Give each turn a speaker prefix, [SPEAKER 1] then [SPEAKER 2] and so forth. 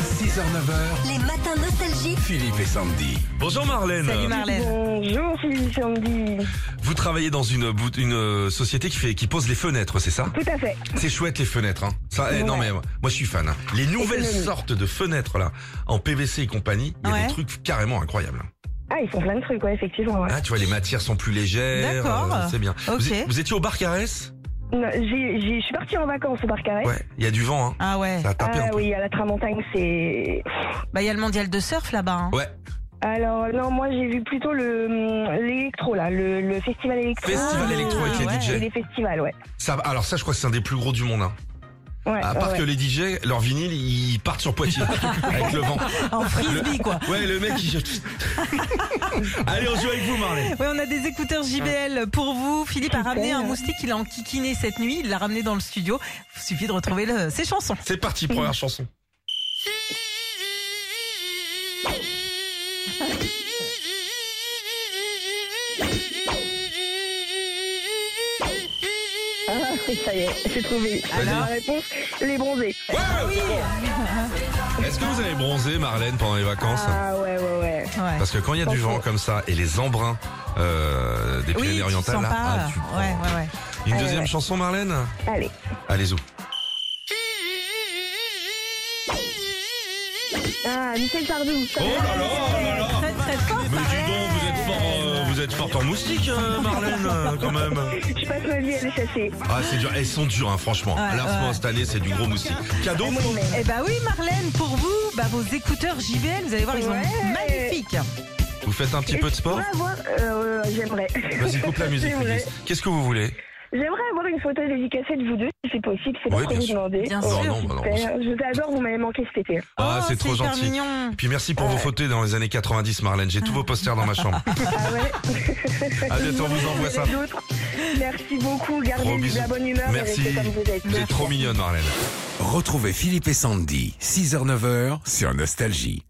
[SPEAKER 1] 6h-9h,
[SPEAKER 2] Les matins nostalgiques.
[SPEAKER 1] Philippe et Sandy.
[SPEAKER 3] Bonjour Marlène.
[SPEAKER 4] Salut Marlène.
[SPEAKER 5] Bonjour Philippe Sandy.
[SPEAKER 3] Vous travaillez dans une, bout- une euh, société qui, fait, qui pose les fenêtres, c'est ça
[SPEAKER 5] Tout à fait.
[SPEAKER 3] C'est chouette les fenêtres. Hein. Ça, eh, non mais moi je suis fan. hein. Les nouvelles
[SPEAKER 5] Économique.
[SPEAKER 3] sortes de fenêtres là, en PVC et compagnie, il y a
[SPEAKER 4] Ouais.
[SPEAKER 3] des trucs carrément incroyables.
[SPEAKER 5] Ah, ils font plein de trucs, ouais, effectivement. hein. ouais.
[SPEAKER 3] Ah, tu vois, les matières sont plus légères. euh,
[SPEAKER 4] D'accord.
[SPEAKER 3] c'est bien. Vous
[SPEAKER 4] Ok.
[SPEAKER 3] é- Vous, étiez au bar Carès
[SPEAKER 5] Non, j'ai- j'ai- Je suis partie en vacances au Parc Carré.
[SPEAKER 3] Ah. Ouais, il y a du vent. Hein.
[SPEAKER 4] Ah ouais.
[SPEAKER 3] Ça a tapé
[SPEAKER 5] Ah
[SPEAKER 3] un peu.
[SPEAKER 5] oui, à la Tramontagne, c'est...
[SPEAKER 4] Bah il y a le mondial de surf là-bas. hein.
[SPEAKER 3] Ouais,
[SPEAKER 5] Alors, non, moi j'ai vu plutôt le hum, l'électro, là, le, le festival électro.
[SPEAKER 3] festival
[SPEAKER 4] Ah,
[SPEAKER 3] électro avec les
[SPEAKER 4] ouais.
[SPEAKER 3] DJ.
[SPEAKER 5] Et les festivals, ouais.
[SPEAKER 3] Ça, alors ça, je crois que c'est un des plus gros du monde. Hein.
[SPEAKER 5] ouais
[SPEAKER 3] À part
[SPEAKER 5] ouais,
[SPEAKER 3] que les DJ, leur vinyle, ils partent sur Poitiers avec le vent.
[SPEAKER 4] En frisbee quoi.
[SPEAKER 3] Ouais, le mec, il... Allez, on joue avec vous, Marlène.
[SPEAKER 4] Ouais, on a des écouteurs JBL pour vous. Philippe a ramené un moustique, il a enquiquiné cette nuit, il l'a ramené dans le studio. Il suffit de retrouver le- ses chansons.
[SPEAKER 3] C'est parti, première chanson.
[SPEAKER 5] ouais. Ah, ça y est, j'ai trouvé. Ah,
[SPEAKER 3] Vas-y.
[SPEAKER 5] La réponse, les bronzés.
[SPEAKER 3] Est-ce que vous avez bronzé, Marlène, pendant les vacances
[SPEAKER 5] Ah, ouais, ouais, ouais.
[SPEAKER 4] Ouais.
[SPEAKER 3] Parce que quand il y a du
[SPEAKER 5] Parfait.
[SPEAKER 3] vent comme ça et les embruns euh, des
[SPEAKER 4] Oui, tu
[SPEAKER 3] Pyrénées-Orientales,
[SPEAKER 4] sens
[SPEAKER 3] là,
[SPEAKER 4] pas.
[SPEAKER 3] ah, tu prends.
[SPEAKER 4] ouais, ouais, ouais.
[SPEAKER 3] Une
[SPEAKER 5] Ouais,
[SPEAKER 3] deuxième
[SPEAKER 5] ouais.
[SPEAKER 3] chanson, Marlène
[SPEAKER 5] Allez.
[SPEAKER 3] Allez-y.
[SPEAKER 5] Ah, Michel Sardou. ça
[SPEAKER 3] Oh
[SPEAKER 5] va.
[SPEAKER 3] là là, oh là là
[SPEAKER 4] Très très fort.
[SPEAKER 3] Mais dis donc, vous êtes fort,
[SPEAKER 4] hein.
[SPEAKER 3] euh, vous êtes forte en moustique, euh, Marlène, euh, quand même.
[SPEAKER 5] Je passe ma vie à les chasser.
[SPEAKER 3] Ah, c'est dur. Elles sont dures, hein, franchement.
[SPEAKER 4] Ouais,
[SPEAKER 3] Là, franchement,
[SPEAKER 4] ouais.
[SPEAKER 3] cette année, c'est du gros moustique. Cadeau
[SPEAKER 4] Eh bah oui Marlène, pour vous, bah, vos écouteurs JBL, vous allez voir, ils sont
[SPEAKER 5] Ouais.
[SPEAKER 4] magnifiques.
[SPEAKER 3] Vous faites un petit peu de
[SPEAKER 5] Est-ce que je
[SPEAKER 3] sport
[SPEAKER 5] pourrais avoir- euh, J'aimerais.
[SPEAKER 3] Vas-y, coupe la musique,
[SPEAKER 5] J'aimerais.
[SPEAKER 3] Régis. Qu'est-ce que vous voulez
[SPEAKER 5] J'aimerais avoir une photo dédicacée de vous deux, si c'est possible. C'est
[SPEAKER 3] Oui,
[SPEAKER 5] pas trop
[SPEAKER 3] bien
[SPEAKER 5] vous
[SPEAKER 3] sûr.
[SPEAKER 5] demander. Oh,
[SPEAKER 4] Bien
[SPEAKER 3] Non,
[SPEAKER 4] sûr.
[SPEAKER 3] non, bah non, on
[SPEAKER 5] Super. Je vous adore, vous m'avez manqué cet été.
[SPEAKER 3] Ah, c'est trop
[SPEAKER 4] Oh, hyper
[SPEAKER 3] gentil.
[SPEAKER 4] mignon.
[SPEAKER 3] Puis merci pour vos photos dans les années 90, Marlène. J'ai tous vos posters dans ma chambre.
[SPEAKER 5] Ah ouais.
[SPEAKER 3] À bientôt, on vous envoie ça.
[SPEAKER 5] Les autres, Merci beaucoup,
[SPEAKER 3] Gros
[SPEAKER 5] gardez de
[SPEAKER 3] bisous.
[SPEAKER 5] la bonne humeur
[SPEAKER 3] Merci.
[SPEAKER 5] et restez comme vous êtes.
[SPEAKER 3] Vous êtes trop mignonne, Marlène.
[SPEAKER 1] Retrouvez Philippe et Sandy, 6h-9h sur Nostalgie.